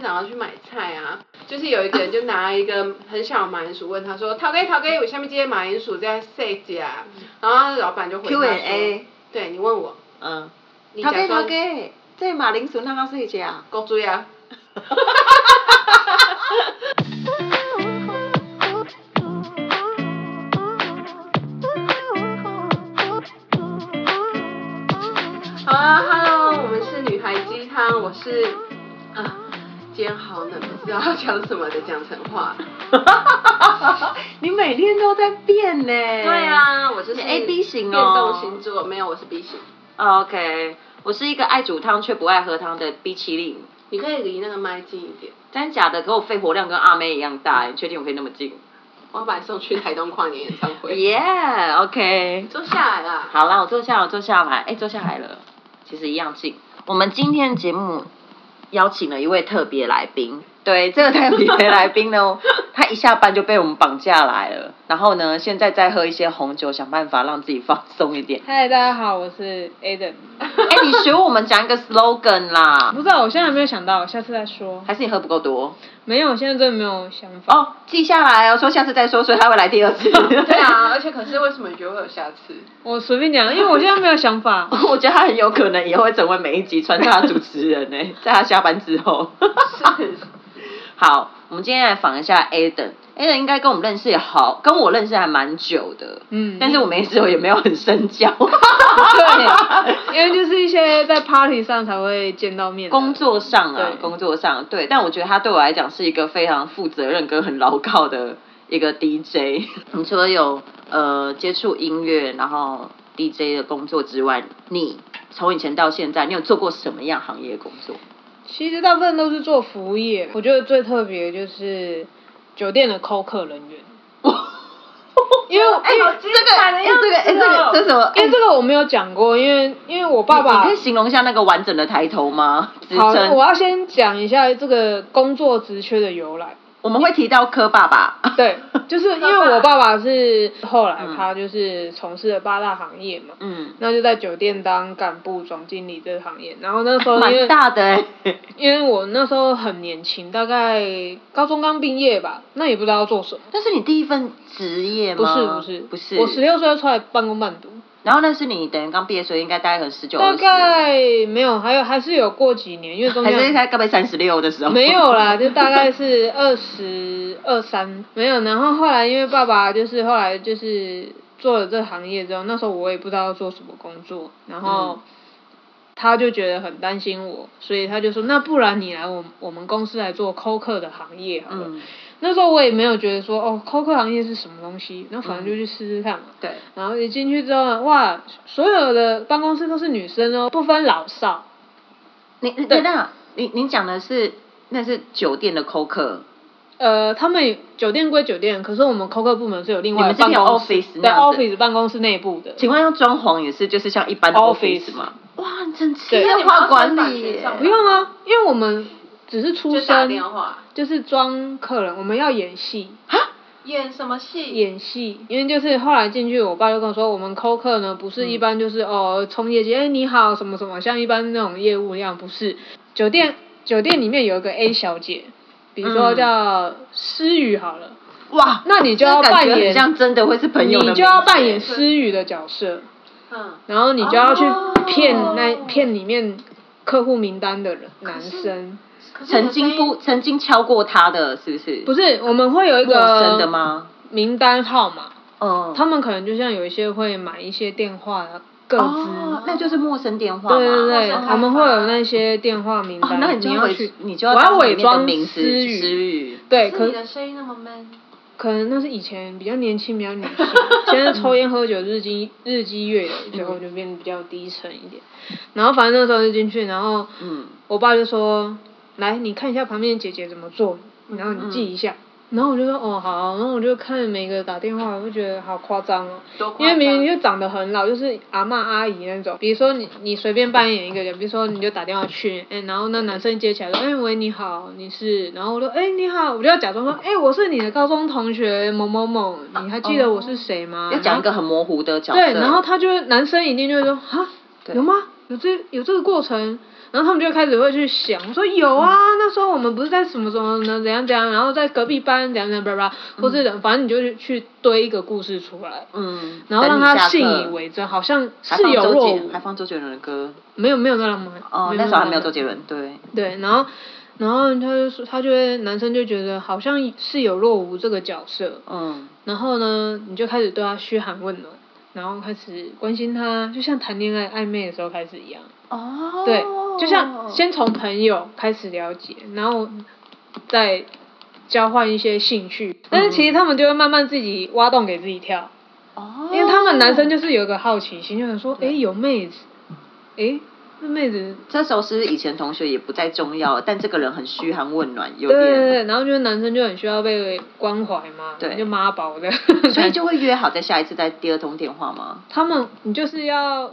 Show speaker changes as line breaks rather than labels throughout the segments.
想要去买菜啊，就是有一个人就拿了一个很小的马铃薯问他说：“涛哥，涛哥，我下面这些马铃薯在谁家？”然后老板就回他说
Q&A，：“
对你问我，
嗯，
你
头
假
家头
装
家，这马铃薯哪个细只 啊？
够追啊。”好啊，Hello，我们是女孩鸡汤，我是啊，今天好冷，不知道要讲什么的讲成 话。
你每天都在变呢。
对。啊，我就是
你 A B 型
变
哦
动星座，没有，我是 B 型。
OK，我是一个爱煮汤却不爱喝汤的冰淇淋。
你可以离那个麦近一点，
真假的，可我肺活量跟阿妹一样大，你确定我可以那么近
我要把你送去台东跨年演唱会。
？Yeah，OK、
坐下来啦。
好啦，我坐下，我坐下来，哎、坐下来了，其实一样近。我们今天节目邀请了一位特别来宾，对，这个特别来 宾呢，他一下班就被我们绑架来了，然后呢，现在再喝一些红酒，想办法让自己放松一点。
嗨，大家好，我是 Adam。
哎、你学我们讲一个 slogan 啦
不，知道，我现在还没有想到，下次再说。
还是你喝不够多？
没有，我现在真的没有想法。
哦，记下来哦，说下次再说，所以他会来第二次。。
对啊，而且可是为什么你觉得会有瑕 疵？
我随便讲，因为我现在没有想 法
我觉得他很有可能以后会成为每一集穿插主持人呢、在他下班之后。
是，
好，我们今天来访一下 Aden。Aden 应该跟我们认识也好，跟我认识还蛮久的，
嗯
但是我们那时候也没有很深 交，
对，因为就是一些在 party 上才会见到面的。
工作上啊
对，
工作上对，但我觉得他对我来讲是一个非常负责任跟很牢靠的一个 DJ。你除了有呃接触音乐，然后 DJ 的工作之外，你从以前到现在，你有做过什么样行业工作？
其实大部分都是做服务业，我觉得最特别的就是酒店的 c 客人员。因为
哎、
因为
这个哎、这个哎、这个这什么？
因为这个我没有讲过，因为因为我爸
你
爸
你可以形容一下那个完整的抬头吗？职
好，那
称
我要先讲一下这个工作职缺的由来。
我们会提到柯爸 爸，
对，就是因为我爸爸是后来他就是从事了八大行业嘛，
嗯，
那就在酒店当干部、总经理这个行业。然后那时候因
蛮
为
大的 哎、
因为我那时候很年轻，大概高中刚毕业吧，那也不知道要做什么。
那是你第一份职业
不
吗？
是不是
不是。
我十六岁就出来半工半读，
然后那是你等于刚毕业，所以应该大概可能十九、
大概没有，还有还是有过几年，因为中
还是
间
才刚被三十六的时候。
没有啦，就大概是二十二三，没有。然后后来因为爸爸就是后来就是做了这行业之后，那时候我也不知道要做什么工作，然
嗯
后他就觉得很担心我，所以他就说：“那不然你来我我们公司来做扣客的行业好了。
嗯，
那时候我也没有觉得说哦，扣客行业是什么东西，那反正
嗯
就去试试看嘛。
对，
然后一进去之后呢，哇，所有的办公室都是女生哦，不分老少。
你你等等，你你讲的是那是酒店的 c 客，
呃，他们酒店归酒店，可是我们扣客部门是有另
你
外
们
的
这边
办
有
公室
office
对
那样子
office 办公室内部的。
请问要装潢也是就是像一般的
Office
office 吗？哇，很整齐
对
的话管理耶，
那你们要穿版权照吗
不用啊，因为我们只是出
就打
生，
电话
就是装客人，我们要演戏，
演什么戏？
演戏。因为就是后来进去，我爸就跟我说，我们扣客呢不是一般就是、哦冲业绩，哎你好什么什么，像一般那种业务一样，不是。酒店酒店里面有一个 A 小姐，比如说
嗯
叫思雨好了，
哇，
那你就要
这感觉
扮演
很像真的会是朋友的
你就要
名字
扮
耶
演思雨的角色。
嗯，
然后你就要去骗
哦
那骗里面客户名单的人男生，
可是我
曾
的声
经
音
不曾经敲过他的，是不是？
不
是
是我们会有一
陌生的
个
吗？
名单号码，
嗯，
他们可能就像有一些会买一些电话啊各
哦，
自，
那就是陌生电话嘛。
对对
陌
对
生，号
我们
码
会有那些电话名
哦，
单，
那你就
你
要
要
伪
去，
你就要
我要
当里
伪
面的
装
名字
思
思
雨，
雨。
对，
是
可
你的声音那么 man，
可能那是以前比较年轻，比较 女性。现在抽烟喝酒日积日积月累，最后就变得比较低沉一点。然后反正那时候就进去，然后
嗯，
我爸就说：“来，你看一下旁边的姐姐怎么做，
嗯
然后你记一下。然后我就说：“哦，好。”然后我就看每个打电话，我就觉得好夸张哦，
多夸
因
张
为明明就长得很老，就是阿嬷阿姨那种。比如说你你随便扮演一个人，比如说你就打电话去，哎，然后那男生接起
嗯
来说：“哎，喂，你好，你是？”然后我说：“哎，你好。”我就要假装说：“哎，我是你的高中同学某某某，你还记得我是谁吗？”
哦要讲一
然后
个很模糊的角色。
对，然后他就会男生一定就会说哈，有吗？有这有这个过程？然后他们就开始会去想，我说有啊，
嗯
那时候我们不是在什么什么呢，怎样怎样，然后在隔壁班怎样怎样，叭叭，或是反正你就去去堆一个故事出来，
嗯，
然后让他
等你下课
信以为真，好像
还
是
放
有
周
若
杰
无
还，放周杰伦的歌，
没有没有那浪漫，
哦，那时候还没有周杰伦，对，
对，然后然后他就说，他就会男生就觉得好像是有若无这个角色，
嗯，
然后呢，你就开始对他嘘寒问暖，然后开始关心他，就像谈恋爱暧昧的时候开始一样。
哦
对，就像先从朋友开始了解，然后再交换一些兴趣，但是其实他们就会慢慢自己挖洞给自己跳，
哦，
因为他们男生就是有一个好奇心，就想说，哎，有妹子，哎，那妹子
这时候是不是以前同学也不再重要了，但这个人很嘘寒问暖，有
对对
点，
对，然后就是男生就很需要被关怀嘛，
对
就妈宝的，
所以就会约好在下一次在第二通电话吗？
他们你就是要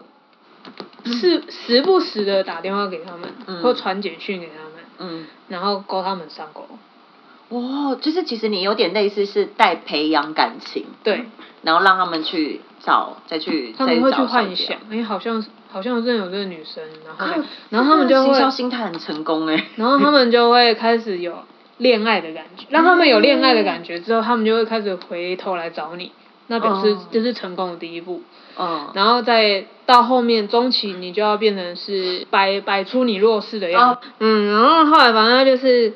是时不时的打电话给他们，
嗯
或传简讯给他们，
嗯，
然后勾他们上钩，
哇，哦就是其实你有点类似是在培养感情，
对，
然后让他们去找，再去
他
再
们
去嗯
会
找小
去幻
姐
想，哎、好像是好像真的有这个女生，然后、
啊
然后他们
这
就
个行销
会，
心态很成功哎、
然后他们就会开始有恋爱的感 觉，让他们有恋爱的感觉之后，他们就会开始回头来找你，那表示
哦
这是成功的第一步，
嗯，
然后再到后面中期，你就要变成是摆摆出你弱势的样子。嗯，然后后来反正就是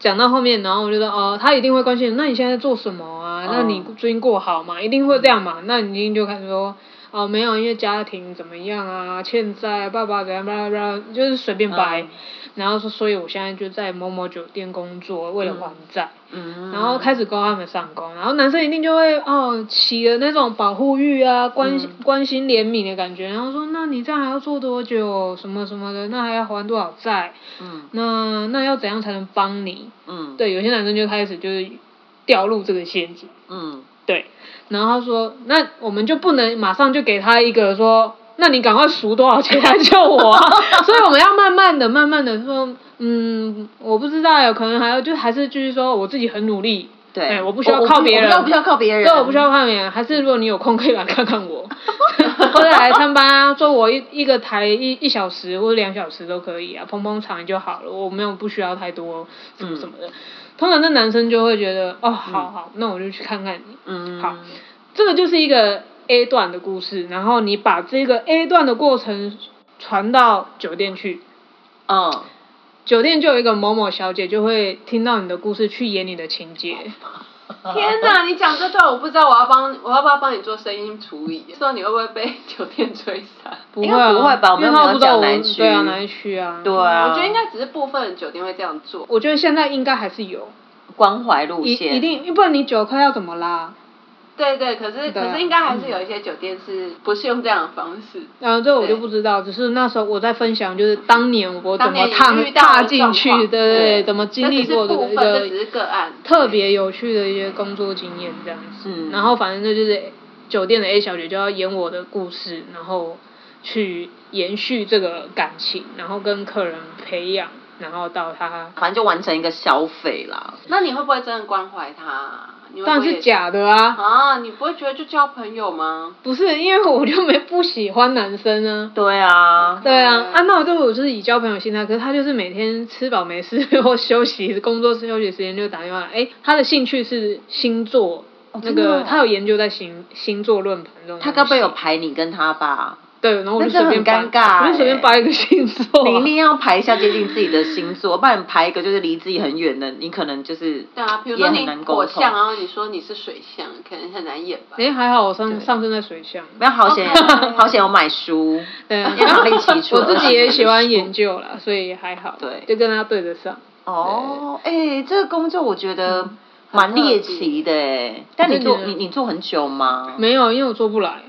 讲到后面，然后我就说哦，他一定会关心，那你现在在做什么啊？那你
嗯
最近过好吗？一定会这样嘛？那你一定就开始说。哦，没有，因为家庭怎么样啊，欠债，爸爸怎样，巴拉巴拉，就是随便掰。
嗯
然后说，所以我现在就在某某酒店工作，为了还债。
嗯
然后开始勾他们上钩，然后男生一定就会哦起了那种保护欲啊，关心、关心怜悯的感觉，然后说那你这样还要做多久，什么什么的，那还要还多少债，
嗯
那那要怎样才能帮你？
嗯
对，有些男生就开始就是掉入这个陷阱，
嗯
对，然后他说那我们就不能马上就给他一个说。那你赶快赎多少钱来救我啊、所以我们要慢慢的、慢慢的说，嗯，我不知道耶，可能还要就还是继续说我自己很努力，
对，
哎我不需要靠别人
我不需要靠别人，
对，我不需要看脸，还是如果你有空可以来看看 我， 或者来上班啊，做我一一个台一一小时或者两小时都可以啊，捧捧场就好了，我没有不需要太多什
嗯
么什么的。通常那男生就会觉得，哦，好好，那我就去看看你。
嗯
好这个就是一个 A 段的故事，然后你把这个 A 段的过程传到酒店去，
嗯，
酒店就有一个某某小姐就会听到你的故事去演你的情节。
天哪！你讲这段，我不知道我要帮，我要不要帮你做声音处理？不知道你会不会被 酒店追杀？
不
应
会、
该
啊，
不会吧我们
因
又没有
为他不知道
讲
我
哪一
们对啊
区
哪一区啊？
对啊，
我觉得应该只是部分的酒店会这样做。
我觉得现在应该还是有，
关怀路
一
线
一定，不然你酒客要怎么拉？
对对，可是
对啊
可是应该还是有一些酒店是不是用这样的方式？
然后这我就
对
不知道，只是那时候我在分享，就是当年我怎
当
么
年
踏
你遇到的
踏进去，
状
对
况
对对，
对
怎么经
这
历
只是
过这个
部分，
一
这只是
个
个案。
特别有趣的一些工作经验这样子。
嗯
然后反正这就是酒店的 A 小姐就要演我的故事，然后去延续这个感情，然后跟客人培养，然后到他，
反正就完成一个消费啦。
那你会不会真的关怀他啊？你会不
当然
会
是假的啊。
啊！你不会觉得就交朋友吗？
不是，因为我就没不喜欢男生啊。
对啊，
对啊，
嗯
啊，那我对我就是以交朋友心态，可是他就是每天吃饱没事或休息工作休息时间就打电话来，哎，他的兴趣是星座，那
真的
个、
哦
他有研究在星星座论坛这种东西，
他该不会有排你跟他吧？
对，然后我就
那这
随便
很
掰
尴尬
我就随便
欸
掰一个星 座、
你一
啊，
定要排一下接近自己的星 座，不然排一个就是离自己很远的，你可能就是
对啊，比如说
也
你
很难沟
火
通
象，然后你说你是水象，可能很难演吧。
哎，还好我上
对
上升在水象，
没有好 险
OK
好险有买书，
对啊，
因为脑力奇出
我自己也喜欢
演。
研究啦，所以还好，
对
就跟他对得上。
哦，哎、这个工作我觉得
嗯
蛮猎奇的哎，但你做
真的
你你做很久吗？
没有，因为我做不来，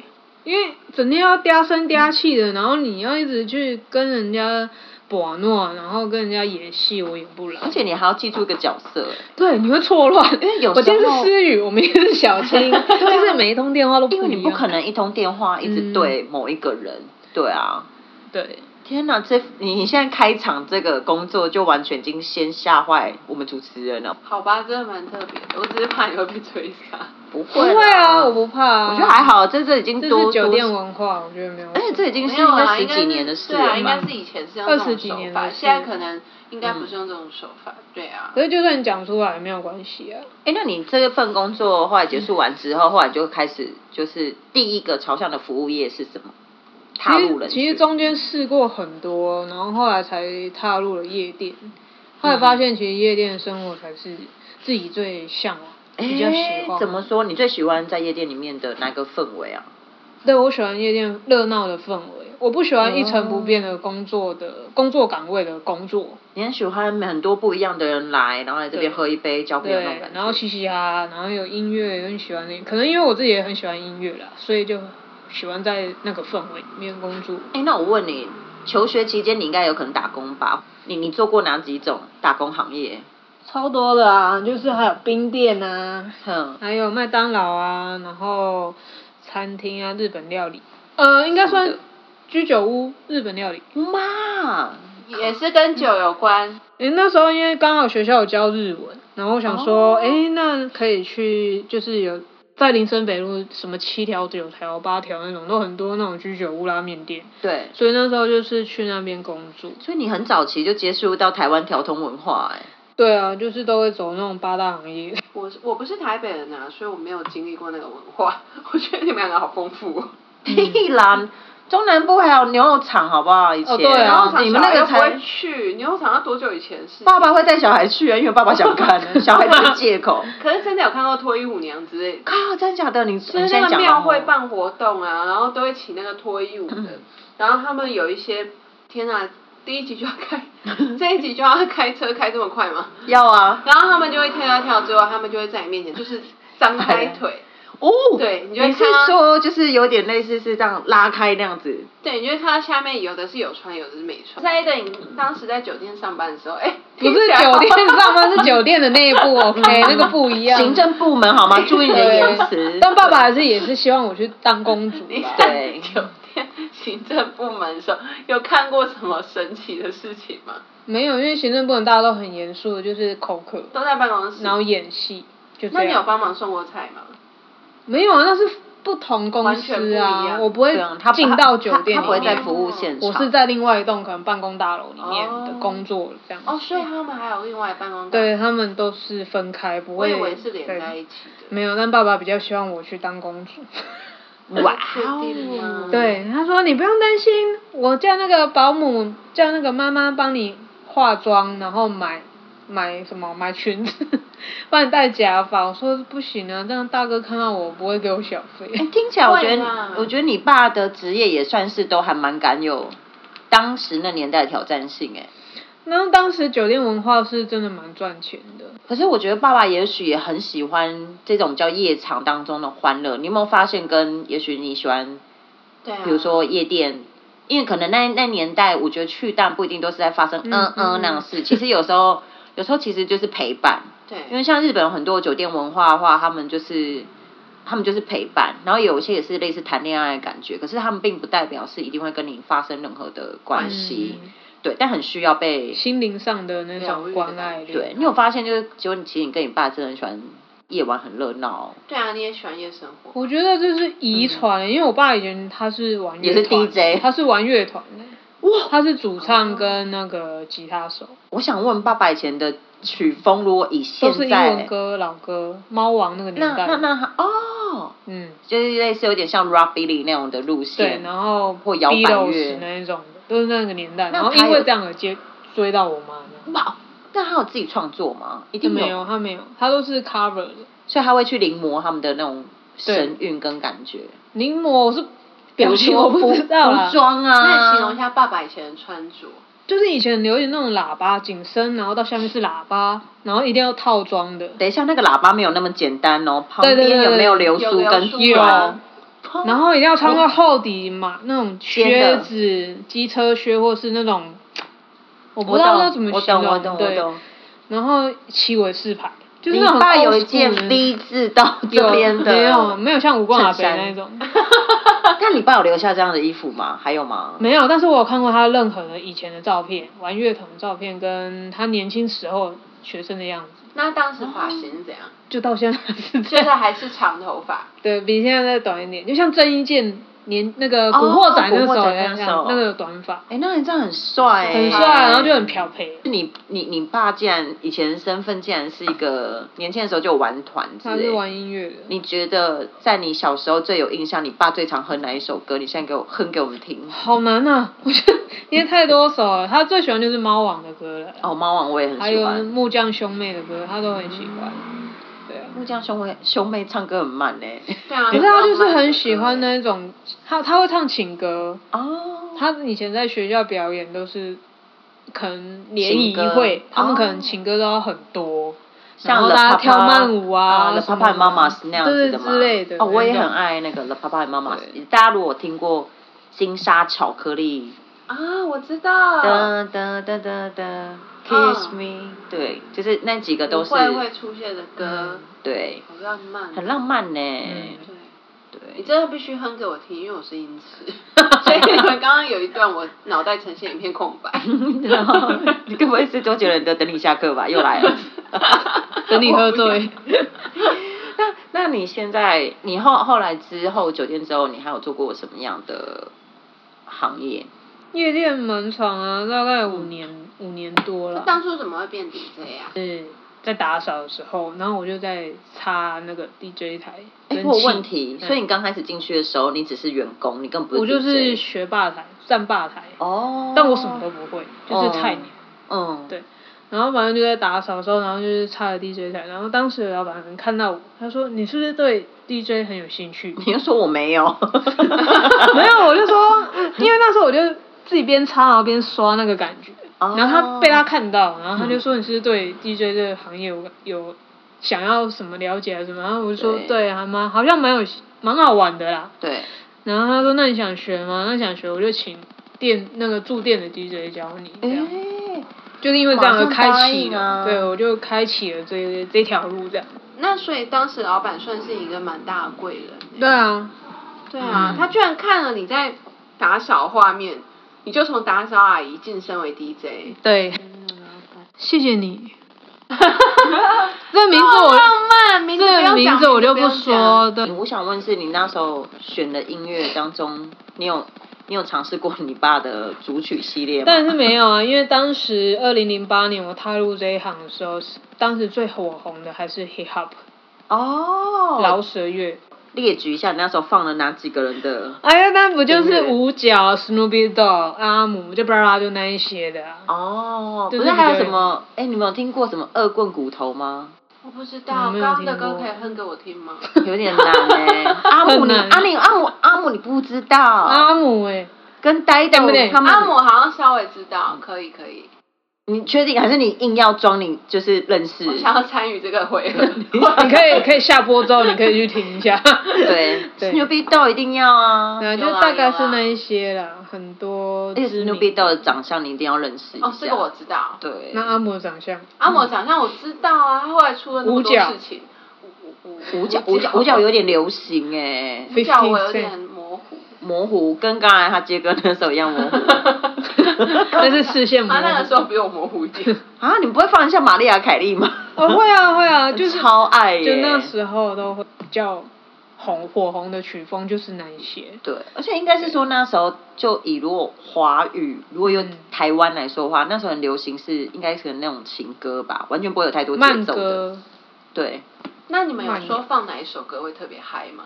因为整天要嗲声嗲气的，然后你要一直去跟人家把弄，啊然后跟人家演戏，我演不来。
而且你还要记住一个角色哎，
对，你会错乱，
因为有时候啊
我今天是思雨，我明天是小青，就是每一通电话都不一
因
样。嗯
为你不可能一通电话一直对某一个人，对啊，
对，
天哪，这你你现在开场这个工作就完全已经先吓坏我们主持人了。
好吧，真的蛮特别的，我只是怕你会被追杀。
不
不
会啦
会啊，我不怕啊。
我觉得还，好，这这已经
这
多
是酒店
多
文化，我觉得没有。
而且这已经
没
是
有
应
啦，
该十
应该
几
是
年的事
对
了吧？
啊，应该是以前是用这
20
种
几
手
年的
法，
事
现在可能应该不是用这种手法，对啊
可。
嗯
是就算你讲出来也没有关系啊。
哎、那你这份工作后来结束完之后，后来就开始就是第一个朝向的服务业是什么？踏入人
其实其实
群
中间试过很多，然后后来才踏入了夜店，后来发现其实夜店的生活才是自己最向往，比较喜欢。
哎诶怎么？说？你最喜欢在夜店里面的哪个氛围啊？
对，我喜欢夜店热闹的氛围，我不喜欢一成不变的工作的、工作岗位的工作。
你很喜欢很多不一样的人来，然后来这边
对
喝一杯、交朋友那种
对
感，觉。
然后嘻嘻哈哈，然后有音乐，有很喜欢那，可能因为我自己也很喜欢音乐啦，所以就喜欢在那个氛围里面工作。
哎、那我问你，求学期间你应该有可能打工吧？你你做过哪几种打工行业？
超多的啊，就是还有冰店啊，
哼，
还有麦当劳啊，然后餐厅啊，日本料理，呃，应该算居酒屋日本料理。
妈，
也是跟酒有关，
诶、那时候因为刚好学校有教日文，然后我想
哦
说，诶、那可以去，就是有在林森北路什么七条、九条、八条那种，都很多那种居酒屋拉面店，
对，
所以那时候就是去那边工作。
所以你很早期就接触到台湾调通文化、哎。
对啊，就是都会走那种八大行业。
我是我不是台北人啊，所以我没有经历过那个文化。我觉得你们两个好丰富、哦。
屁啦！中南部还有牛肉厂，好不好？以前，
哦对啊
然后
你们那个
不会
才，
去，牛肉厂要多久以前是？
爸爸会带小孩去啊，因为爸爸想看，小孩子是借口。
可是真的有看过脱衣舞娘之类的，
靠，真假的？你啊就
就是那个庙会办活动啊，然后都会请那个脱衣舞的，然后他们有一些，天啊，第一集就要开，这一集就要开车开这么快吗？
要啊，
然后他们就会跳跳跳之后，他们就会在你面前就是张开腿，
哦，
对你就会
你是
看到
说就是有点类似是这样拉开那样子，
对，欸你就会看到下面有的是有穿，有的是没穿。在一等当时在酒店上班的时候，哎，
不是酒店上班， 是酒店的内 部，OK，那个不一样。
行政部门好吗？注意你的言
对
辞，。
但爸爸还是也是希望我去当公主啊
你
啦。
对
在酒店行政部门的时候，有看过什么神奇的事情吗？
没有，因为行政部门大家都很严肃，就是口渴，
都在办公室。
然后演戏，就这
那
样。
你有帮忙送过菜吗？
没有啊，那是不同公
完全不一
司
样
啊，我不会
对啊，他
进到酒店
他，他
里
不会在
面。
服务现场。
我是在另外一栋可能办公大楼里面
哦
的工作这样。
哦，所以他们还有另外办公室。
对，他们都是分开，不
我
会。
以为是连在一起的。
没有，但爸爸比较希望我去当公主。
哇
确定吗
哦，
对，啊他说你不用担心，我叫那个保姆，叫那个妈妈帮你化妆，然后买买什么买裙子， 帮你戴假发。我说不行啊，这样大哥看到我不会给我小费。
哎、听起来我觉
会
得
啦，
我觉得你爸的职业也算是都还蛮敢有当时那年代的挑战性哎、
然后当时酒店文化是真的蛮赚钱的，
可是我觉得爸爸也许也很喜欢这种叫夜场当中的欢乐。你有没有发现跟也许你喜欢，
对啊。
比如说夜店，因为可能那那年代我觉得去但不一定都是在发生
嗯
嗯
嗯
嗯那种事，其实有时候有时候其实就是陪伴。
对，
因为像日本有很多酒店文化的话，他们就是他们就是陪伴，然后有一些也是类似谈恋爱的感觉，可是他们并不代表是一定会跟你发生任何的关系，
嗯
对，但很需要被
心灵上的那
疗愈
种
的
关
感
爱力。
对。你有发现就是，结果你其实你跟你爸真的很喜欢夜晚很热闹，
对啊，你也喜欢夜生活。
我觉得这是遗传、因为我爸以前他是玩乐
嗯也是
团
DJ
他是玩乐团的，
哇！
他是主唱跟那个吉他手，
我想问爸爸以前的曲风，如果以
都
现
是英文
在
歌、老歌，猫王那个
那
年代。
那那他哦，
嗯，
就是类似有点像 rockabilly 那样的路
对，
线，
然后
或摇摆
Beatles
乐
那一种的，都是那个年代。
那
然后
他
因
有
为这样而接追到我妈这样。
哇！但他有自己创作吗？一
他
定
没有，他没有，他都是 cover 的。
所以他会去临摹他们的那种神韵跟感觉，
临摹我是表情
比如说
我不知道啊
服
啦
服，装
那
啊，
形容一下爸爸以前的穿着。
就是以前流行那种喇叭紧身，然后到下面是喇叭，然后一定要套装的。
等一下，那个喇叭没有那么简单哦，旁
对对
边有没有流
有
苏
流
跟
苏
有
砖
啊？
哦
然后一定要穿个厚底嘛，那种靴子、机车靴或是那种，我不
我
知道那怎
懂，
么
我
形
懂，我
容。
懂，我
对，
懂。
然后七尾四牌，就是
你
那种
爸
很
有
old
一件
school 的
V 字到
有
这边的，
没有没有像吴冠阿
衬
北
衫
那种，
那你爸有留下这样的衣服吗？还有吗？
没有，但是我有看过他任何的以前的照片，玩乐团的照片，跟他年轻时候学生的样子，
那当时发型是怎样？
就到现在是这
现
样，
在还是长头发，
对比现在再短一点，就像郑伊健年那
哦
个《古惑仔》那时
古惑
候
仔
一样
那时候
那个短发，
哎、那你这样很帅、欸，
很帅，然后就很漂配。
你你你爸竟然以前身份竟然是一个年轻的时候就有玩团之
他
类
是
的，
玩音乐的，
你觉得在你小时候最有印象，你爸最常哼哪一首歌？你现在给我哼给我们听。
好难啊！ 我觉得因为太多首了，他最喜欢就是猫王的歌了，
哦，猫王我也很
还
喜
有
欢。
木匠兄妹的歌，他都很喜欢。对啊，
木匠兄妹兄妹唱歌很慢嘞、
对啊。
可是他就是很喜欢那种，他他会唱情歌，
哦，
他以前在学校表演都是，可能联谊
情歌
会，他们可能
哦
情歌都要很多，然
像
后
La
大家
Papa
跳慢舞啊
啊，La
什么
Papa
的
and Mama 是那样子的
对
吗？
之类的
哦，我也
那种
很爱那个 La Papa and Mama。
对
大家如果听过金沙巧克力，
啊，我知道。
啊
哒哒哒哒哒，Kiss me，对，就是那几个都是，
会会出现的歌，
对，
好浪漫。啊
很浪漫呢、
嗯
对。你
对，
真的必须哼给我听，因为我是音痴， 所以你们刚刚有一段我脑袋呈现一片空白。
然后你该不会是周杰伦的《等你下课》吧？又来了。
等你喝醉。
那那你现在，你后后来之后酒店之后，你还有做过什么样的行业？
夜店蛮长啊，大概
嗯
五年五年多
那
了。
当初怎么会变 DJ 呀、
是在打扫的时候，然后我就在擦那个 DJ 台。
哎、
跟
我有
气
问题，
嗯
所以你刚开始进去的时候，你只是员工，你根本不是
我就是
DJ
学霸台，站霸台，
哦，
但我什么都不会，就是菜鸟。
嗯，
对然后反正就在打扫的时候，然后就是插了 DJ 台，然后当时的老板看到我，他说：“你是不是对 DJ 很有兴趣
你又说我没 有，？”
没有，我就说，嗯因为那时候我就自己边插然后边刷那个感觉，
哦
然后他被他看到，然后他就说：“你是不是对 DJ 这个行业有有想要什么了解啊什么？”然后我就说：“
对
对，还蛮好像蛮有蛮好玩的啦。”
对，
然后他说：“那你想学吗？那想学我就请店那个驻店的 DJ 教你。”这
哎、
样。就是因为这样而开
马上答
启
应
了，
啊
对我就开启了这这条路这样。
那所以当时老板算是一个蛮大的贵人、欸。
对啊，
对啊，
嗯
他居然看了你在打扫画面，你就从打扫阿姨晋升为 DJ。
对，谢谢 你。这个名字我
好浪漫，名字不
这
用
个
讲
名字我就不。
名字用讲
说，对，
我想问是你那时候选的音乐当中，你有你有尝试过你爸的主曲系列吗？
但是没有啊，因为当时二零零八年我踏入这一行的时候，是当时最火红的还是 hip hop
哦，
饶舌乐。
列举一下你那时候放了哪几个人的
哎呀，那不就
音乐
是五角、Snoopy Dog、阿姆、就巴拉就那一些的啊？
哦，
对
不是
对
还有
对
什么？哎、你们有听过什么恶棍骨头吗？
我不知道，
我没
刚
有
刚的
听过
歌可以哼给我听吗？
有点难哦哎、阿姆
很
你
难
阿你阿姆阿姆你不知道，
阿姆 哎，
跟呆豆
对不对
他们
阿姆好像稍微知道，可以可以。
你确定还是你硬要装你就是认识？
嗯
我想要参与这个回合。
你可以可以下播之后，你可以去听一下。
对
对
，Snoopy 豆一定要啊，
对
而
啊，就
有啦
大概
有
是
啦
那一些啦，很多
且
知名
Snoopy 豆的长相你一定要认识一 下。
哦，这个我知道。
对，
那阿姆的长相，
阿姆长相我知道啊，他后来出了那么多
五角
事情。五五
五角五角五角有点流行哎、
五角我有点模 糊。
模糊，跟刚才他接歌那时候一样 模糊。
那是视线模
他那个时
糊。
候比我模糊一点。
啊，你不会放一下玛丽亚凯莉吗？
哦，会 啊会啊，就是
超爱耶、
就那时候都会比较红火红的曲风就是那一些。
对，而且应该是说那时候就以如果华语，如果用
嗯
台湾来说的话，那时候很流行是应该是那种情歌吧，完全不会有太多节
慢
奏的。
歌，
对，
那你们有说放哪一首歌会特别嗨吗？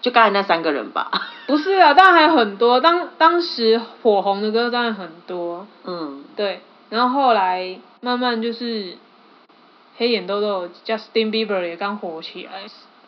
就刚才那三个人吧。
不是啊，当然还有很多，当当时火红的歌当然很多，
嗯，
对，然后后来慢慢就是黑眼豆豆 Justin Bieber 也刚火起来，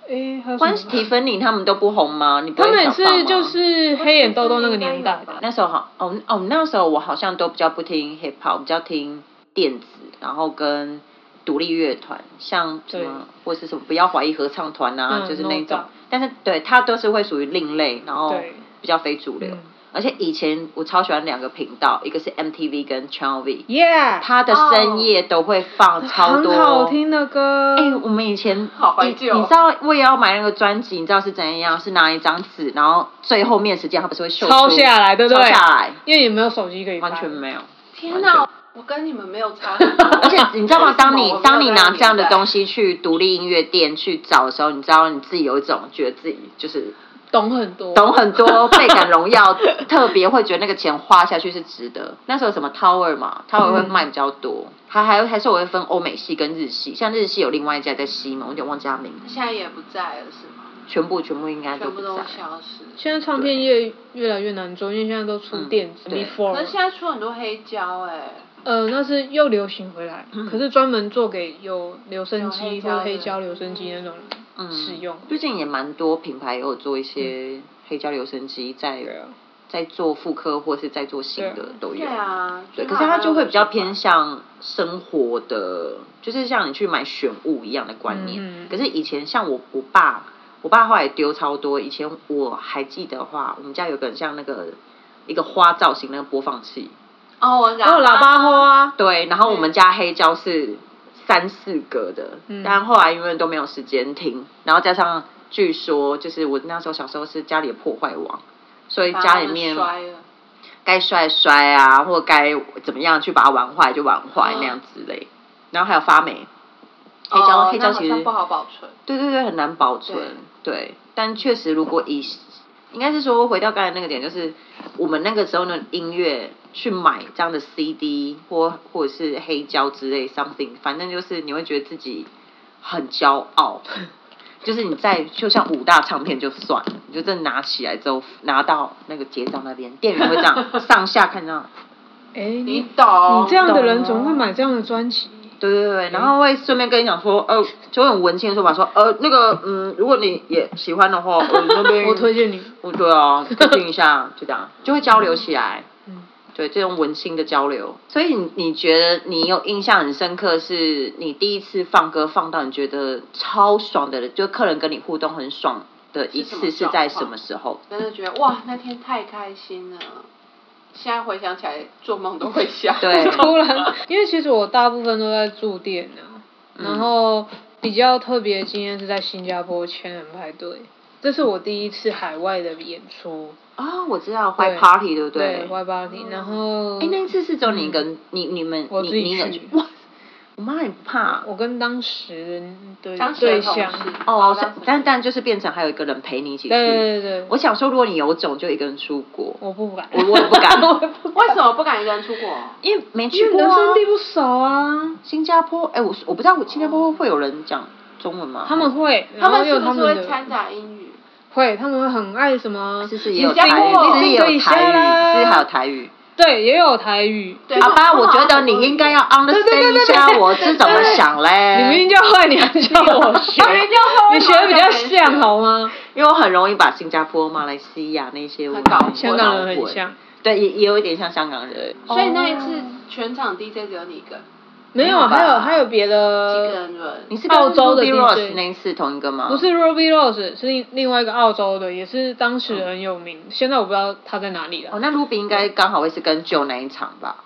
诶，还有什
关蒂
么？
芬妮他们都不红吗？你不
他
会
们也
想放吗
是就是黑眼豆豆那个年
我觉得
代
应该有吧
的，
那时候好哦哦，那时候我好像都比较不听 hip hop，比较听电子，然后跟独立乐团，像什么或是什么不要怀疑合唱团啊，
嗯
就是那
No
种
Doubt。
哦但是对它都是会属于另类，然后
对
比较非主流。
嗯
而且以前我超喜欢两个频道，一个是 MTV 跟 Channel V，
，Yeah，
它的深夜都会放超多。
哦很好听啊的歌。
哎、我们以 前
好怀旧
哦
你你知道我也要买那个专辑，你知道是怎样？是拿一张纸，然后最后面时间它不是会秀出
抄下来，对不对？
抄下来，
因为也没有手机可以翻
完全没有。
天哪，我跟你们没有差很多。
而且你知道吗？当你当你拿这样的东
西，
西去独立音乐店去找的时候，你知道你自己有一种觉得自己就是
懂很多，
懂很多，倍感荣耀，特别会觉得那个钱花下去是值得。那时候什么 Tower 嘛，Tower 会卖比较多，还还还是我会分欧美系跟日系，像日系有另外一家在西门，我有点忘记他名字，
现在也不在了是吗？
全部全部应该都
全部
不
都
在。
消失。
现在唱片业越来越难做，因为现在都出电子、
嗯对
before，
可是现在出很多黑胶哎、
呃，那是又流行回来，
嗯
可是专门做给有留声
有黑
机
胶
或
的
黑胶留声机那种
嗯
人使用。
最近也蛮多品牌有做一些黑胶留声机在
对啊，
在做复刻或是在做新
对
的都有。
对啊，
对，
就
可
是
它就会比较偏
好
向生活的，就是像你去买选物一样的观念。
嗯嗯
可是以前像我我爸，我爸后来丢超多。以前我还记得的话，我们家有个很像那个一个花造型那个播放器，
像哦，我
还有喇叭花啊，
对，然后我们家黑胶是三四个的，
嗯
但后来因为都没有时间听，然后加上据说就是我那时候小时候是家里的破坏王，所以
把
家
它
里
们
面
摔了，
该摔摔啊，或该怎么样去把它玩坏就玩坏
嗯
那样之类。然后还有发霉，
哦
黑胶、黑胶
那好
其
像
实
不好保存。
对对对很难保存，对。但确实，如果以应该是说回到刚才那个点，就是我们那个时候的音乐去买这样的 CD 或或者是黑胶之类 something，反正就是你会觉得自己很骄傲。 就是你在就像五大唱片就算了，你就真的拿起来之后拿到那个结账那边，店员会这样上下看这样，
哎、
你
你
懂？
你这样的人
懂
怎么会买这样的专辑？
对对
嗯
对，然后会顺便跟你讲说，呃，就很文青的说法，说，呃，那个，嗯，如果你也喜欢的话，我那边
我推，荐你，
我对啊， 就听一下，就这样，就会交流起来，
嗯，
对，这种文青的交流。所以你你觉得你有印象很深刻，是你第一次放歌放到你觉得超爽的，就客人跟你互动很爽的一次
是什
是
么
在
状况
什么时候？
真的觉得哇，那天太开心了。现在回想起来，做梦都会笑。
对
突然，因为其实我大部分都在住店啊，
嗯
然后比较特别的经验是在新加坡千人派对，这是我第一次海外的演出，
啊、我知道，坏
对
party 对不
对 Y Body，然后
哎、那一次是只有你一个人，你你们
我
你
自己
你一个人
去
哇，我妈很怕。
我跟当时的
当时
对
的同事
象，
哦，
当时
是但但就是变成还有一个人陪你一起去。
对对对，
我想说，如果你有种，就一个人出国，
我不敢，
我我也不 敢
我也不
为什么不敢一个人出国？
因为没
因
去
为
过、
人
啊。
生地不熟啊，
新加坡，哎、我我不知道，我新加坡会有人讲中文吗？
他们会，
他
然后
们
有
是不
他
是
们
会
的
掺杂英语？
会，他们会很爱什么，
是不是也有
新加
台
坡
语？是不是也
一
有
下
台语？
啦
是不是还有台语？
对，也有台语，
对
阿爸，我觉得你应该要 understand 一下我是怎么想
你明
嘞，
明就会，你还叫我学，
明明就会
你学的比较像好吗？
因为我很容易把新加坡、马来西亚那些文
很搞混
香港人很
像，
像，
对，也也有一点像香港人。
所以哎那一次全场 DJ 只有你一个，
哦没有，
吧
还有还有别
一个
的，
人轮。
你是
澳洲的
b
DJ
Rose 那一次同一个吗？
不是 Ruby Rose，是另另外一个澳洲的，也是当时很有名，现在我不知道他在哪里
哦，
了，
那 Ruby 应该刚好会是跟 Joe 那一场吧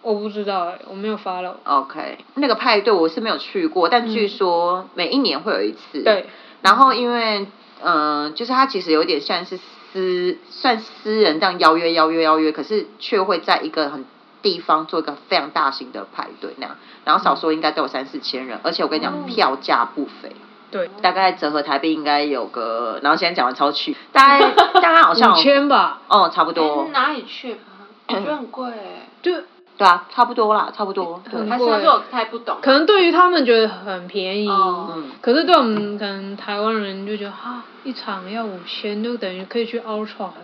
我不知道哎，我没有 follow。
？OK，那个派对我是没有去过，但据说每一年会有一次。
嗯对。，
然后因为，嗯、就是它其实有点像是私，算私人这样邀约邀约邀约，可是却会在一个很地方做一个非常大型的派对那样，然后少说应该都有三四千人，而且我跟你讲，
嗯
票价不菲。
对，
大概折合台币应该有个，然后现在讲完超去，大概大概好像
五
有
千吧，
哦，差不
哎
多，
哪里去吧？我觉得很贵哎，
就
对啊，差不多啦，差不多，对，
很
还是还是我太不懂。
可能对于他们觉得很便宜，
哦
嗯
可是对我们可能台湾人就觉得啊，一场要五千，就等于可以去 Ultra 了。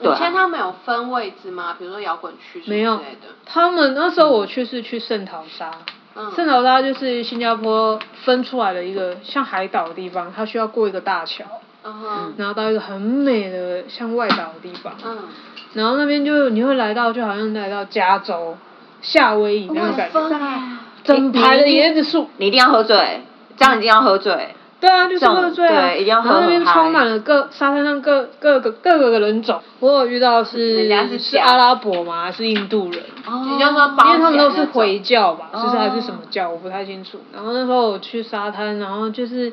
对啊
以前他们有分位置吗？比如说摇滚区什么
没有
之类的。
他们那时候我去是去圣淘沙，
嗯。
圣淘沙就是新加坡分出来的一个像海岛的地方，它需要过一个大桥，
嗯哼。
然后到一个很美的像外岛的地方，
嗯。
然后那边就你会来到就好像来到加州、夏威夷那种感觉，
哇塞
整排的椰子树，
你一定要喝醉，这样一定要喝醉，
对啊，就是
这种
喝醉啊，
对一定要喝
然后那边
很嗨
充满了各沙滩上各各个各个的人种，我有遇到是
人家是
是
假
阿拉伯嘛，还是印度人，
也哦就是说包
因为他们
起
都
来
是
那种
回教吧，就是还
哦
是什么教，我不太清楚。然后那时候我去沙滩，然后就是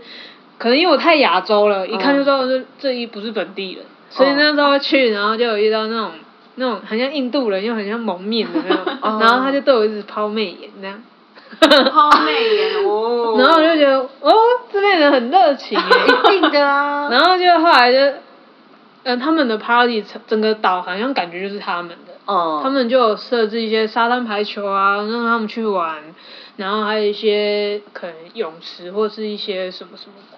可能因为我太亚洲了，一看就知道这这一不是本地
哦
人，所以那时候去，然后就有遇到那种那种很像印度人又很像蒙面的那种，
哦
然后他就对我一直抛媚眼那样。
好美耶哦。
然后我就觉得，哦，这边人很热情耶，
一定的啊。
然后就后来就，嗯、他们的 party 整整个岛好像感觉就是他们的，
哦，
他们就有设置一些沙滩排球啊，让他们去玩，然后还有一些可能泳池或是一些什么什么的，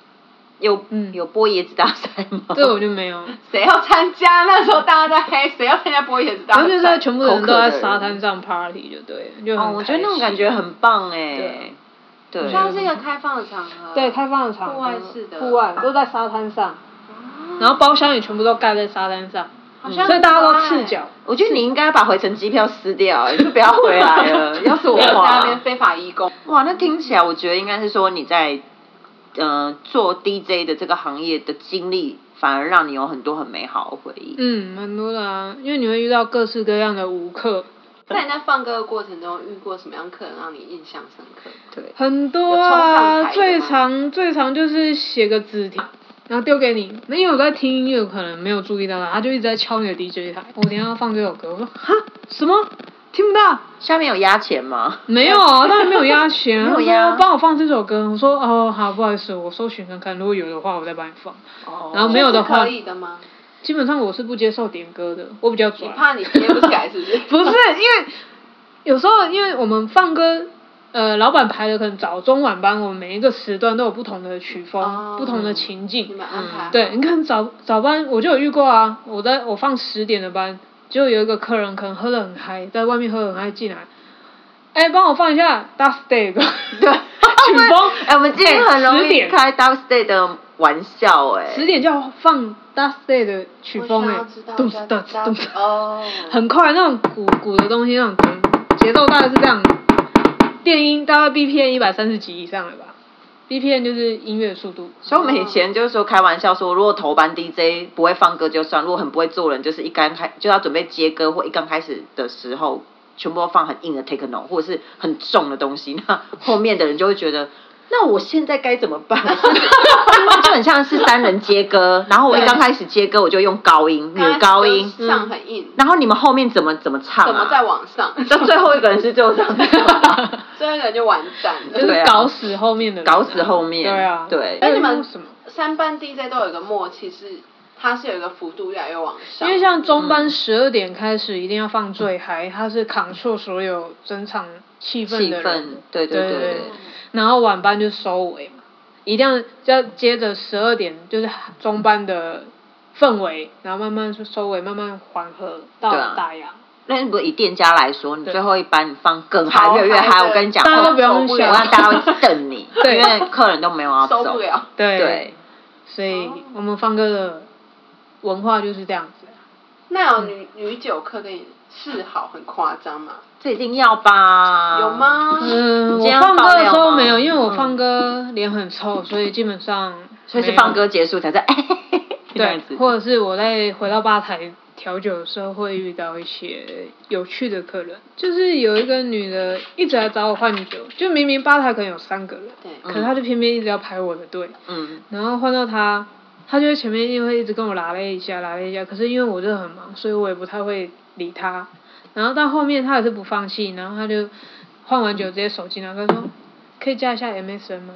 有
嗯
有播椰子大赛吗？
哦
这个我就没 有。
谁要参加？ 那时候大家在黑，谁要参加波野之大
然后
赛？
就是在全部
口
人都
渴
在
的
沙
人
滩上 party 就对了，就很、
哦，我觉得那种感觉。很棒哎
对。
对
我觉得它是一个开放的场合。
对，开放的场合，
户外式的
户外都在沙滩上，
啊
然后包厢也全部都盖在沙滩上，
好像
所以大家都赤
很可爱
脚。
我觉得你应该把回程机票撕掉，你就不要回来了。 要是我的
在那
话，
边非法移工，
哇，那听起来我觉得应该是说你在，呃，做 DJ 的这个行业的经历，反而让你有很多很美好的回忆。
嗯，蛮多的啊，因为你会遇到各式各样的舞客，
在你在放歌的过程中遇过什么样客人让你印象深刻？
对，
很多
有冲上
啊，
台的
最
吗啊
长最长就是写个字条，然后丢给你。那因为我在听音乐，可能没有注意到他，他就一直在敲你的 DJ 台。我等一下要放这首歌，我说哈什么听不到？
下面有压钱 吗？
没有 啊，当然没有压钱。
没有
他
压
说哦帮我放这首歌，我说哦好，不好意思，我搜寻看看，如果有的话我再帮你放。
哦
然后没有的话
这是可以的吗？
基本上我是不接受点歌的，我比较拽。
你怕你接不起来是不是？
不是，因为有时候因为我们放歌，呃，老板排的可能早中晚班，我们每一个时段都有不同的曲风、
哦
不同的情
你
境。
们安
嗯
排。
对，你看早早班我就有遇过啊，我在我放十点的班，就有一个客人可能喝得很嗨，在外面喝得很嗨进来，哎，帮我放一下 Dust Day 的
对，
曲风
，哎、我们今天很容
10
易
点
开 Dubstep 的玩笑哎、
十点就要放 Dust Day 的曲风哎、咚哧哒哧咚哧
哦，
很快那种鼓鼓的东西，那种节奏大概是这样，电音大概 BPM 一百三十几以上了吧，BPM 就是音乐速度。
所以我们以
嗯
前就是说开玩笑说，如果头班 DJ 不会放歌就算，如果很不会做人，就是一刚开就要准备接歌或一刚开始的时候，全部都放很硬的 techno 或者是很重的东西， 那后面的人就会觉得。那我现在该怎么 办？就很像是三人接歌，然后我一刚开始接歌，我就用高音、女高音，
上很硬，
然后你们后面怎么怎么唱、啊？
怎么再往上？
到 最后一个人是最后 上去的
这个人就完蛋
就
了。
对
是
啊
搞死后面的人啊、
搞死后面。
对啊
对。
哎你们
还有什么？
三班 DJ 都有一个默契是，它是有一个幅度越来越往
因
上。
为像中
嗯
班十二点开始一定要放最嗨，它是扛住所有整场气氛
气
的
氛
人，，
对对
对
对
对。然后晚班就收尾嘛，一定要要接着十二点就是中班的氛围，然后慢慢就收尾，慢慢缓和到
对啊
大洋。
那如果以店家来说，你
对
最后一班你放更嗨，
超
越来越
嗨
嗨，
的
我跟你讲，哦
大家都不
我
受
用
不
想
了
让大家会瞪你，
对
因为客人都没有要
受
走
不。了。
对，
对，
所以
哦
我们放歌的文化就是这样子。
那有女女酒客跟你示好很夸张吗？
这一定要吧？
有？吗？
嗯，
你今天
我
要
放歌的
爆
时
料
候
吗
没有，因为我
嗯
放歌脸很臭，所以基本上
所以是
没有
放歌结束才在 这
对
样子，
或者是我在回到吧台调酒的时候会遇到一些有趣的客人，就是有一个女的一直来找我换酒，就明明吧台可能有三个人，
对，
可是她就偏偏一直要排我的队，
嗯
然后换到他，他就会前面因为一直跟我拉了一下，拉了一下。可是因为我真的很忙，所以我也不太会理他。然后到后面他也是不放弃，然后他就换完酒直接手机拿出来说：“可以加一下 MSN 吗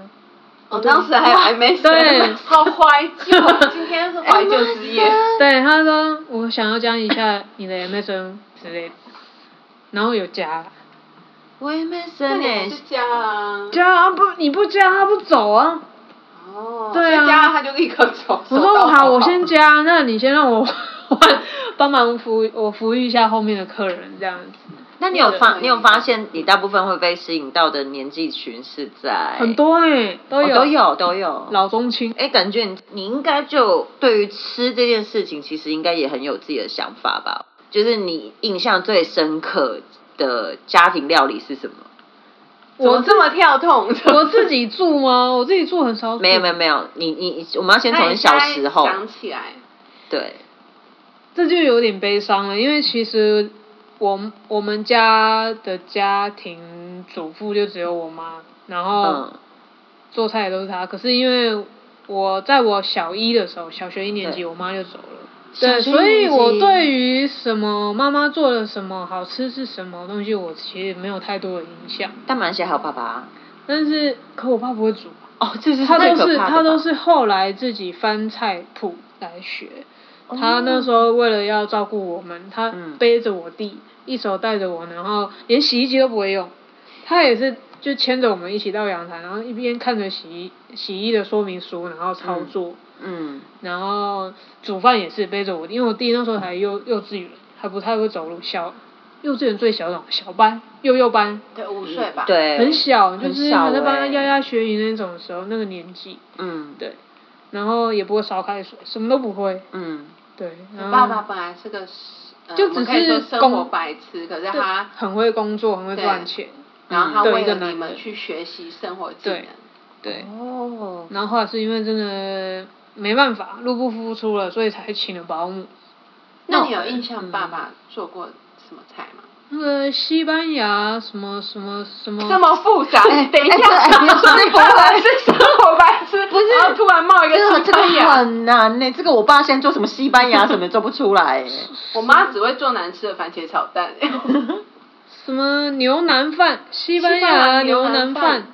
我当时还有 MSN，
对
好哦怀旧，今天 是怀旧之夜。？”
哎
对，他说：“我想要加一下你的 MSN 之类的。”然后有加了，
我也没
那
生
你还
哎
是，加啊？
加啊不你不加他不走啊！
哦，
对啊
所以加了他就立刻走。
我
手
说
刀
我好，
跑
我
跑
先加，那你先让我 帮忙服务我服务一下后面的客人这样子。
那你有发
对
你有发现你大部分会被吸引到的年纪群是在
很多哎、都
哦
有、
都有都有
老中青，
哎，感觉你你应该就对于吃这件事情，其实应该也很有自己的想法吧？就是你印象最深刻的家庭料理是什么？
怎么这么跳痛？
我自己住吗？我自己住很少。
没有没有，没有，你你你我们要先
那
从
你
你小
现在
时候，
想起来，
对，
这就有点悲伤了，因为其实我我们家的家庭主妇就只有我妈，然后
嗯
做菜也都是她。可是因为我在我小一的时候，小学一年级，我妈就走了。
小
对，
学
所
一
以
年
我
级
对于什么妈妈做的什么好吃是什么东西，我其实没有太多的影响。
但蛮写还有爸爸啊、
但是，可我爸不会煮，
哦，这是
他
最
都
可
是
怕的
他都
吧
是后来自己翻菜谱来学。他那时候为了要照顾我们，他
哦嗯
背着我弟，一手带着我，然后连洗衣机都不会用，他也是就牵着我们一起到阳台，然后一边看着洗衣洗衣的说明书，然后操作，
嗯，
然后煮饭也是背着我弟，因为我弟那时候才幼幼稚园，还不太会走路，小幼稚园最小那种小班幼幼班，
对，五岁
嗯
吧，，
对，
很小，就
很
是
小
还在帮他
欸
压压学语那种时候那个年纪，
嗯
对，然后也不会烧开水，什么都不会，
嗯，
对，
你
然后
爸爸本来是个，呃
就
我们
只
可以说
是
生
公
活白痴，可是
对
他，
很会工作，很会赚钱，
然后他
对
为
一个
了你
男
们
人
去学习生活技
对
能，
对。
哦，
然后后来是因为真的没办法，入不敷出了，所以才请了保姆。
那
那
你
我
有印象爸爸做过什么菜吗？
那个西班牙什么什么什么，
这么复杂，
哎
等一
哎
下，
这哎别说这 个
爸爸是生活白痴，
不是
然后突然冒一
这个
个西
这个
班牙，
很难欸呢、这个我爸现在做什么西班牙什么也做不出来、 欸，
我妈只会做难吃的番茄炒蛋，
什么牛腩饭，西班
西班牙
牙
牛
牛
腩
腩
饭
饭，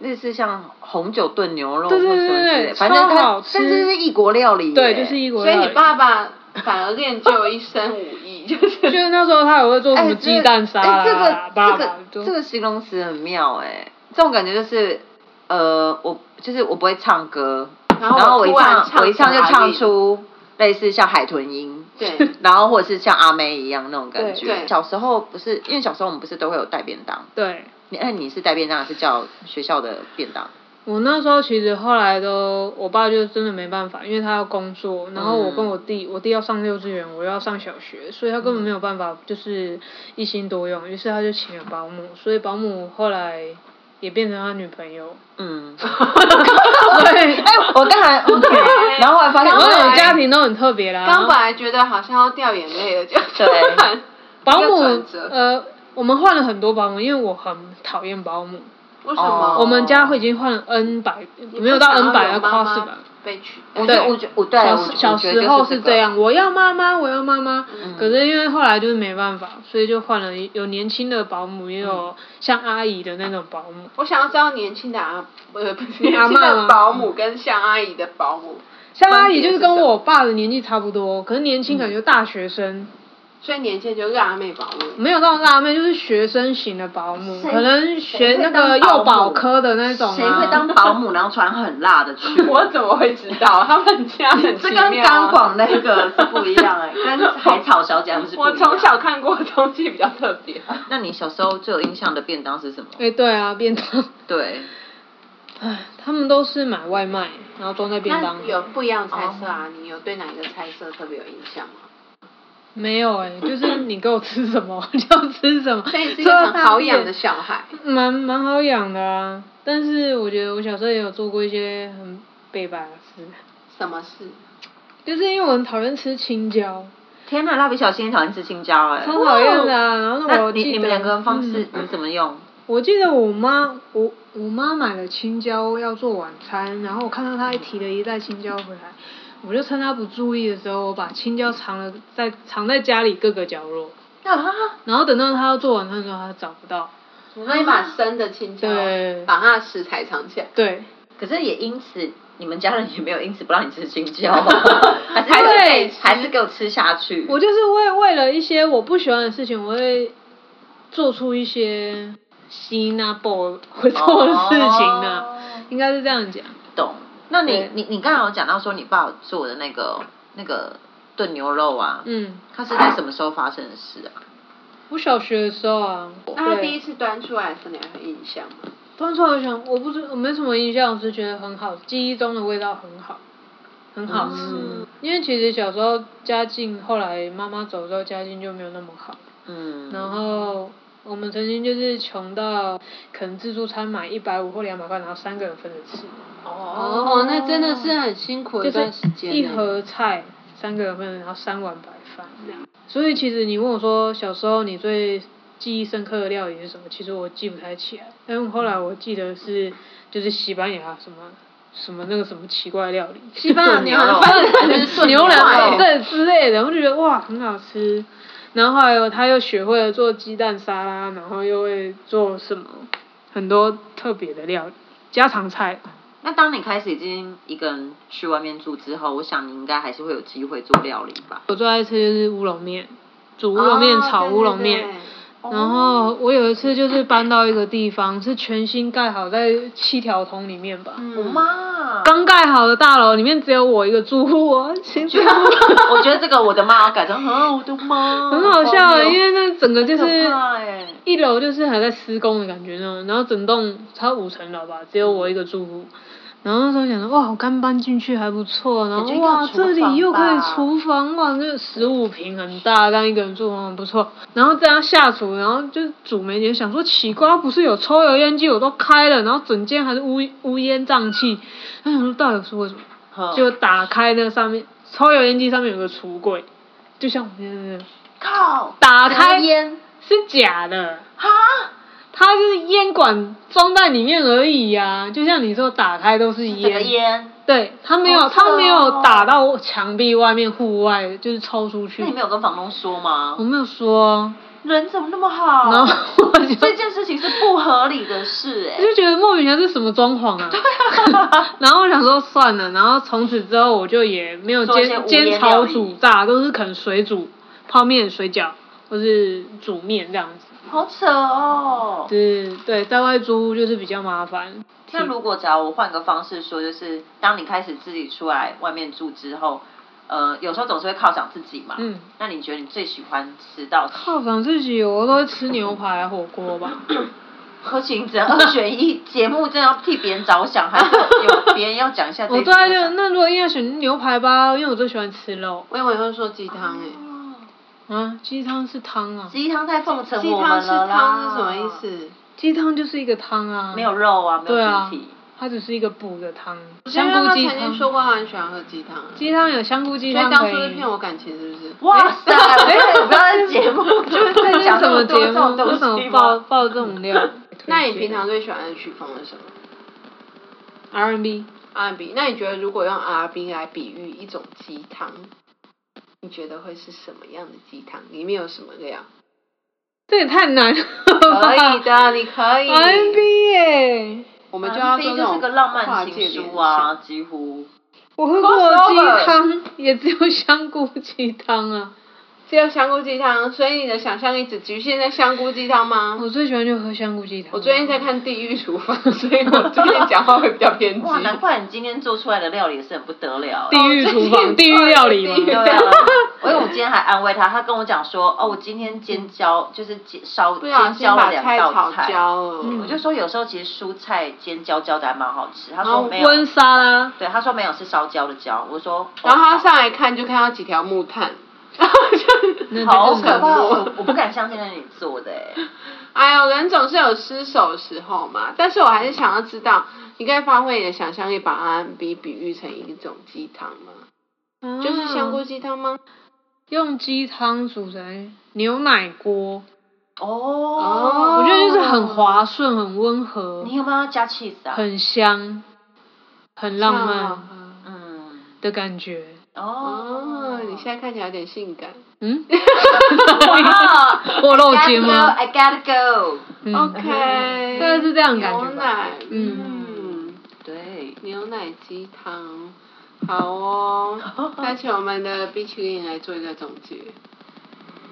类似像红酒炖牛肉或
对对
什么之
对
类
对
的，反正
超
它
好吃
但是是异国料理、欸，
对，就是异国
所以
料
你
理。
爸爸反而练就了一身武艺，就是
就是那时候他也会做什
哎，
么
这
鸡蛋沙
哎
拉，爸
这个
爸
这
就
个这个形容词很妙哎、这种感觉就是，呃，我就是我不会唱歌，
然
然
后我
我一
突然
唱
唱
我一唱就
阿
唱
韵
出类似像海豚音，
对，
然后或者是像阿妹一样那种感
对
觉
对。
小时候不是，因为小时候我们不是都会有带便当，
对。
你哎你是带便当还是叫学校的便当？
我那时候其实后来都，我爸就真的没办法，因为他要工作，然后我
嗯
跟我弟，我弟要上幼稚园，我又要上小学，所以他根本没有办法，就是一心多用，于是他就请了保姆，所以保姆后来也变成他女朋友。
嗯，
对，
哎，我刚才，嗯 然后后来发现，
然
我
后
嗯
有家庭都很特别啦。
刚本来觉得好像要掉眼泪了，就突然
保
一个
姆
转折
呃，我们换了很多保姆，因为我很讨厌保姆，
为什么？
哦
我们家已经换了 N 百，没有到 N 百，要跨四百。
被取代。
我觉得，我觉得，我对，我嗯我
小时小
觉得
时
就
候
是
是这
个，
样，我要妈妈，我要妈妈。
嗯
可是因为后来就是没办法，所以就换了一有年轻的保姆，也有像阿姨的那种保姆。
我想要知道年轻的阿，呃，不是
你
年
阿
轻
嬷
的
吗
保姆跟像阿姨的保姆，
像阿姨就
分别是
是
什
跟
么
我爸的年纪差不多，可是年轻感觉大学生，
所以年轻就辣妹保姆。
没有到辣妹，就是学生型的保姆，
谁
可能学
谁会
那
当
个
保
幼保
姆
科的那种
谁会当
啊。
保姆然后穿很辣的 去？
我怎么会知道？他们家很奇
这
妙啊
跟钢管那个是不一 样哎、跟海草小姐他们是不一
我
样。
从小。看过的东西比较特别。
那你小时候最有印象的便当是什么？
哎，对啊，便当，
对，
唉，他们都是买外卖，然后装在便当
那
里。
有不一样的菜色啊？你有对哪一个菜色特别有印象吗？
没有哎、就是你给我吃什么就吃什么，
所以是一个很好养的
吃
小孩。
到大便，蛮蛮好养的啊。但是我觉得我小时候也有做过一些很背白的事，
什么事？
就是因为我很讨厌吃青椒，
天哪，蜡笔小新也讨厌吃青椒哎、
超讨厌的、啊。然后
那
我记
你
得
你们两个人方式、
嗯
你怎么用？
我记得我妈我我妈买了青椒要做晚餐，然后我看到她还提了一袋青椒回来，我就趁她不注意的时候，我把青椒藏了在藏在家里各个角落，
啊，
然后等到她要做晚餐的时候，她找不到。
那你把生的青椒
对
把它的食材藏起来。
对，
可是也因此，你们家人也没有因此不让你吃青椒， 还是
对
还是给我吃下去？
我就是为为了一些我不喜欢的事情，我会做出一些吸纳不会做的事情呢、
哦
应该是这样讲。
懂。那你
对
你你刚才有讲到说你爸做的那个那个炖牛肉啊，
嗯，
它是在什么时候发生的事啊？
我小学的时候啊，
那他
对
第一次端出来的时候，你还有印象吗？
突然突然想，我不知我没什么印象，我只是觉得很好，记忆中的味道很好，很好吃。
嗯
因为其实小时候家境，后来妈妈走之后家境就没有那么好，
嗯，
然后我们曾经就是穷到可能自助餐买一百五或两百块，然后三个人分着吃，
哦，那真的是很辛苦的
就
一段时
是
间呢。
一
欸
盒菜三个人分，然后三碗白饭这样。所以其实你问我说小时候你最记忆深刻的料理是什么，其实我记不太起来，但是后来我记得是就是西班牙什么什么那个什么奇怪料理，
西班牙牛肉 饭还是炖
牛
肉
腩
饭
粉对之类的，我就觉得哇很好吃。然后后来他又学会了做鸡蛋沙拉，然后又会做什么很多特别的料理，家常菜。
那当你开始已经一个人去外面住之后，我想你应该还是会有机会做料理吧？
我最爱吃就是乌龙面，煮乌龙
哦
面、炒乌龙面。
哦
然后我有一次就是搬到一个地方，是全新盖好在七条通里面吧，
嗯
妈
刚盖好的大楼里面只有我一个住户哦， 辛苦。
我觉得这个我的妈要改成啊，我的妈，
很好笑
荒
啊，
谬
因为那整个就是
很可怕欸
一楼就是还在施工的感觉那种，然后整栋差不多五层楼吧，只有我一个住户。然后那时候想说，哇，我刚搬进去还不错，然
感觉
后
应该有
哇，
厨
这里又可以
房吧
厨房哇，这十五平很大，让一个人住很不错。然后这样下厨，然后就煮没几天，想说奇怪，不是有抽油烟机我都开了，然后整间还是乌乌烟瘴气，那想说到底是为什么？
哼
就打开那上面抽油烟机上面有个橱柜，就像我们现在这样
靠
打开
油烟
是假的，
哈，
它是烟管装在里面而已呀、就像你说打开都是
是整个
烟，
烟，
对，它没
好扯
有
哦
它没有打到墙壁外面户外，就是抽出去
那你。没有跟房东说吗
我？没有说，
人怎么那么好？
然后 我 就
这件事情是不合理的事哎、
我就觉得莫名其妙是什么装潢啊， 然后我想说算了，然后从此之后我就也没有
做一些
煎
无烟
煎
料
炒
理
煮炸，都是可能水煮泡面、水饺或是煮面这样子。
好扯哦。
就是对，在外租屋就是比较麻烦。
那如果只要我换个方式说，就是当你开始自己出来外面住之后，呃，有时候总是会犒赏自己嘛。
嗯。
那你觉得你最喜欢吃到
犒赏自己，我都会吃牛排、火锅吧。
柯勤只能二选一，节目真的要替别人着想，还是有别人要讲一下这一
我
集
最爱就
的
那如果硬要选牛排吧，因为我最喜欢吃肉。
我以为会说鸡汤欸诶，
啊，鸡汤是汤啊，
鸡汤太奉承
鸡
我
汤
们
是
了啦。
汤是什么意？思？
鸡汤就是一个汤啊，
没有，肉啊，没
对
有
啊
具体。
它只是一个补的汤。
因
香
为他
菇鸡
曾经说
汤，
过他很喜欢喝鸡汤啊，所
鸡汤有香菇鸡
以
汤
当
可
初是
以。
骗我感情是不是？
哇塞！不要在节目
这是
讲
什
那
么
么多
节
这种
目？为
东
什
西
么爆
吗？
爆这种料？
那你平常最喜欢的曲风是什么
R&B
？R&B？那你觉得如果用 R&B 来比喻一种鸡汤，你觉得会是什么样的鸡汤？里面有什么 料？
这也太难了
可
吧。
以的，你可以。
R&B 耶，
我们就要做那
就是
种
个浪
跨
漫
界
情
联
书啊，
想。
几乎。
我喝过的鸡汤也只有香菇鸡汤啊。
只有香菇鸡汤，所以你的想象力只局限在香菇鸡汤吗？
我最喜欢就喝香菇鸡汤。
我最近在看《地狱厨房》，所以我最近讲话会比较偏激。
哇，难怪你今天做出来的料理也是很不得了。欸
地狱厨房、地狱料理
哦地狱
对
嘛。
啊，因为我今天还安慰他，他跟我讲说，哦，我今天煎焦，就是煎烧
不
煎
小心
焦了
啊把
两
菜
道
炒
菜。嗯
焦了。
我就说有时候其实蔬菜煎焦焦的还蛮好吃，他
然后
说没有，
温莎拉，
对，他说没有是烧焦的焦，我说，
然后他上来看就看到几条木炭，
那
好
这
可
个
怕，
冷
我
漠
我不敢相信那是你做的哎，
哎呦，人总是有失手的时候嘛。但是我还是想要知道，你可以发挥你的想象力，把 R&B 比喻成一种鸡汤吗？就是香菇
啊
鸡汤吗？
用鸡汤煮成牛奶锅，
哦，
哦
我觉得就是很滑顺、很温和
你、有没有要加 cheese 啊？
很香、很浪漫
啊
嗯，
的感觉。
哦
哦，，你现在看起来有点性感。
嗯，
哇
我漏
，I
接
gotta
吗？
go，I gotta go，
嗯
OK，
大概是这样的感觉吧
牛奶，
嗯
嗯，
对，
牛奶鸡汤，好哦。 那请我们的冰淇淋来做一个总结。，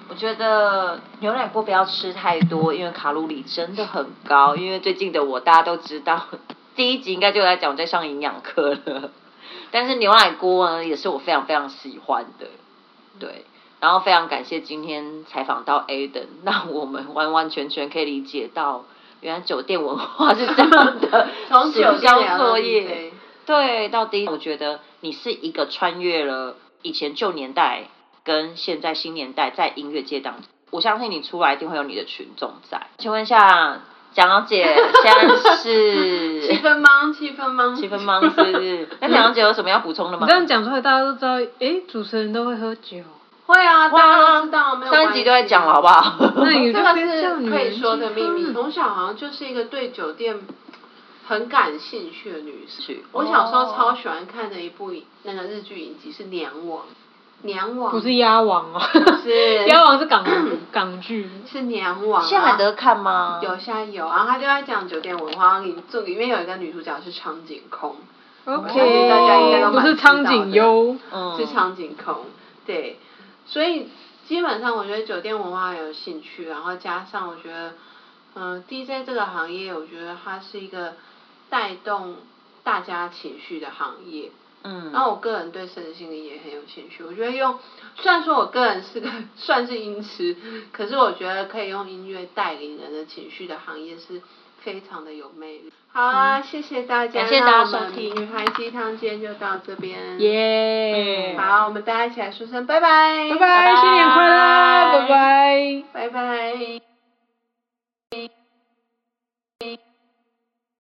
我觉得牛奶锅不要吃太多，因为卡路里真的很高。因为最近的我大家都知道，第一集应该就在讲我在上营养课了。但是牛奶锅呢，也是我非常非常喜欢的，对。然后非常感谢今天采访到 Aden，让我们完完全全可以理解到，原来酒店文化是这样的
从
酒
酒
交
交
作
作
业。
业，
对，到底我觉得你是一个穿越了以前旧年代跟现在新年代在音乐界当我相信你出来一定会有你的群众在。请问一下，蒋小姐现在 是
七分帮，七分帮，
七分帮是不 是？那蒋小姐有什么要补充的吗
你这？样讲出来，大家都知道，诶，主持人都会喝酒，
会啊，
哇
大家都知道，没有
上一集都在
关系
讲了，好不好？
那你
这
就
个
不要叫
是
女
可以
人
说
去
的秘
喝
密。
了
从小好像就是一个对酒店很感兴趣的女生
是。
我小时候
哦
超喜欢看的一部影那个日剧影集是《娘王》，娘王
不是鸭王哦，
是
鸭王 是港港剧，
是娘王啊，
现在 还得看吗？
有现在有，然后他就在讲酒店文化，然后里这里面有一个女主角是苍井空，
哦大家应该都
不
蛮
是
知道
苍井
的
优，
嗯，
是苍井空，对，所以基本上我觉得酒店文化有兴趣，然后加上我觉得，嗯、DJ 这个行业，我觉得它是一个带动大家情绪的行业。
嗯，
那我个人对身心灵也很有兴趣，我觉得用，虽然说我个人是个 算是音痴，可是我觉得可以用音乐带领人的情绪的行业是非常的有魅力。好啊，谢谢大家，
嗯感谢大家
那我们
收听
女孩鸡汤今天就到这边，
嗯
耶，
好，我们大家一起来说声拜拜，
拜拜，新年快乐，拜拜。
拜拜。